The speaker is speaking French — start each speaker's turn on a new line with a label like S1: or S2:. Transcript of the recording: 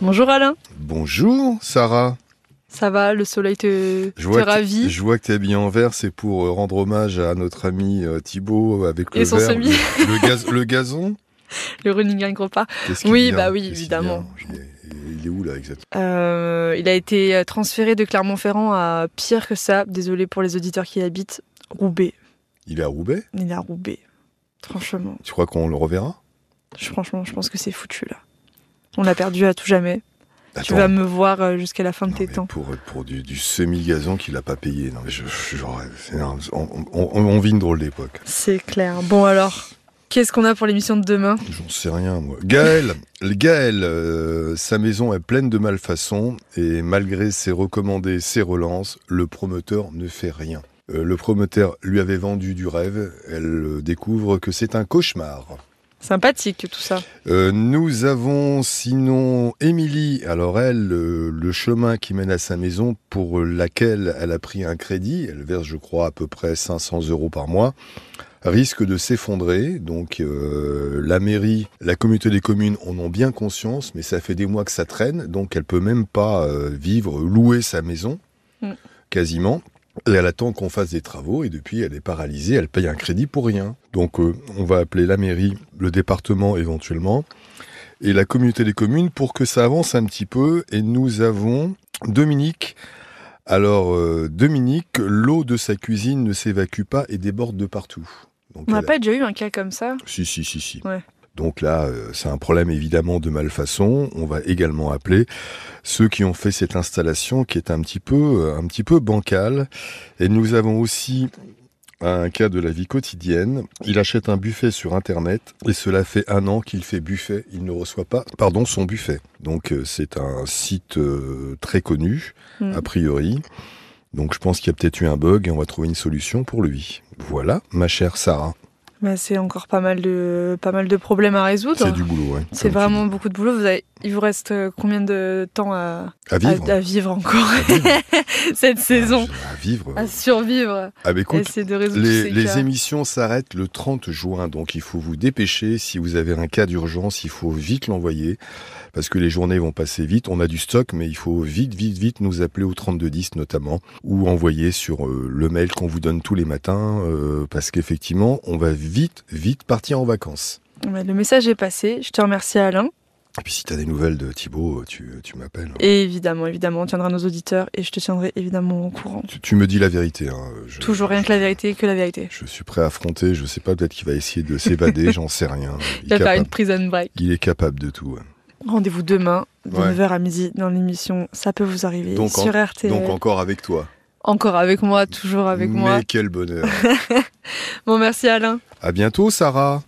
S1: Bonjour Alain,
S2: Bonjour Sarah.
S1: ça va, le soleil te,
S2: Je
S1: te
S2: vois, que,
S1: ravit
S2: je vois que t'es habillée en vert, c'est pour euh, rendre hommage à notre ami euh, Thibaut euh, avec
S1: Et
S2: le
S1: son
S2: vert,
S1: semi.
S2: le, le gaz- le gazon.
S1: le running gag repas.
S2: Qu'est-ce qu'il
S1: Oui,
S2: vient
S1: bah oui,
S2: Qu'est-ce qu'il
S1: évidemment.
S2: vient il, est, il est où là exactement
S1: Euh, il a été transféré de Clermont-Ferrand à pire que ça, désolé pour les auditeurs qui y habitent, Roubaix.
S2: Il est à Roubaix.
S1: Il est à Roubaix. Franchement,
S2: Tu crois qu'on le reverra
S1: je, franchement, je pense que c'est foutu là. On l'a perdu à tout jamais. Tu
S2: Attends.
S1: vas me voir euh, jusqu'à la fin de
S2: Non,
S1: tes
S2: mais
S1: temps.
S2: Pour, pour du, du semi-gazon qu'il a pas payé. Non, mais je, je- genre, c'est énorme. on, on- on- on vit une drôle d'époque.
S1: C'est clair. Bon alors, qu'est-ce qu'on a pour l'émission de demain
S2: J'en sais rien, moi. Gaël, Gaël euh, sa maison est pleine de malfaçons et malgré ses recommandés, ses relances, le promoteur ne fait rien. Euh, le promoteur lui avait vendu du rêve, elle euh, découvre que c'est un cauchemar.
S1: Sympathique tout ça.
S2: Euh, nous avons sinon Émilie, alors elle, euh, le chemin qui mène à sa maison pour laquelle elle a pris un crédit, elle verse je crois à peu près 500 euros par mois, risque de s'effondrer. Donc euh, la mairie, la communauté des communes en ont bien conscience, mais ça fait des mois que ça traîne, donc elle peut même pas euh, vivre, louer sa maison,
S1: Mm.
S2: quasiment. Et elle attend qu'on fasse des travaux et depuis elle est paralysée, elle paye un crédit pour rien. Donc euh, on va appeler la mairie, le département éventuellement et la communauté des communes pour que ça avance un petit peu et nous avons Dominique. Alors euh, Dominique, l'eau de sa cuisine ne s'évacue pas et déborde de partout. Donc,
S1: On n'a
S2: elle-
S1: pas déjà eu un cas comme ça
S2: si, si, si, si.
S1: Ouais.
S2: Donc là, euh, c'est un problème évidemment de malfaçon. On va également appeler ceux qui ont fait cette installation qui est un petit peu, euh, un petit peu bancale. Et nous avons aussi un cas de la vie quotidienne. Il achète un buffet sur Internet et cela fait un an qu'il fait buffet. Il ne reçoit pas, pardon, son buffet. Donc euh, c'est un site euh, très connu,
S1: Mm.
S2: a priori. Donc je pense qu'il y a peut-être eu un bug et on va trouver une solution pour lui. Voilà, ma chère Sarah.
S1: Bah, c'est encore pas mal de pas mal de problèmes à résoudre.
S2: C'est du boulot, ouais.
S1: C'est
S2: comme tu
S1: vraiment
S2: dis.
S1: beaucoup de boulot. Vous avez- il vous reste euh, combien de temps à,
S2: à
S1: à-
S2: vivre. Ah,
S1: à vivre encore cette saison
S2: À vivre.
S1: À survivre.
S2: Ah bah écoute,
S1: Essayer de résoudre
S2: les,
S1: ces
S2: les
S1: cas.
S2: émissions s'arrêtent le 30 juin, donc il faut vous dépêcher. Si vous avez un cas d'urgence, il faut vite l'envoyer, parce que les journées vont passer vite. On a du stock, mais il faut vite, vite, vite nous appeler au 3210 notamment, ou envoyer sur euh, le mail qu'on vous donne tous les matins, euh, parce qu'effectivement, on va vite, vite partir en vacances.
S1: Ouais, Le message est passé. Je te remercie Alain.
S2: Et puis si t'as des nouvelles de Thibaut, tu, tu m'appelles.
S1: Et évidemment, évidemment, on tiendra nos auditeurs et je te tiendrai évidemment au courant.
S2: Tu, tu me dis la vérité. hein, je-
S1: Toujours rien que la
S2: je-
S1: vérité, que la vérité.
S2: Je suis prêt à affronter, je sais pas, peut-être qu'il va essayer de s'évader, j'en sais rien. Il,
S1: Il va
S2: est
S1: faire une
S2: capable,
S1: prison break.
S2: il est capable de tout. ouais.
S1: Rendez-vous demain de
S2: Ouais.
S1: 9h à midi dans l'émission Ça peut vous arriver
S2: Donc en-
S1: sur RTL.
S2: Donc encore avec toi.
S1: Encore avec moi, toujours avec
S2: Mais
S1: moi.
S2: quel bonheur.
S1: Bon, merci Alain.
S2: à bientôt Sarah.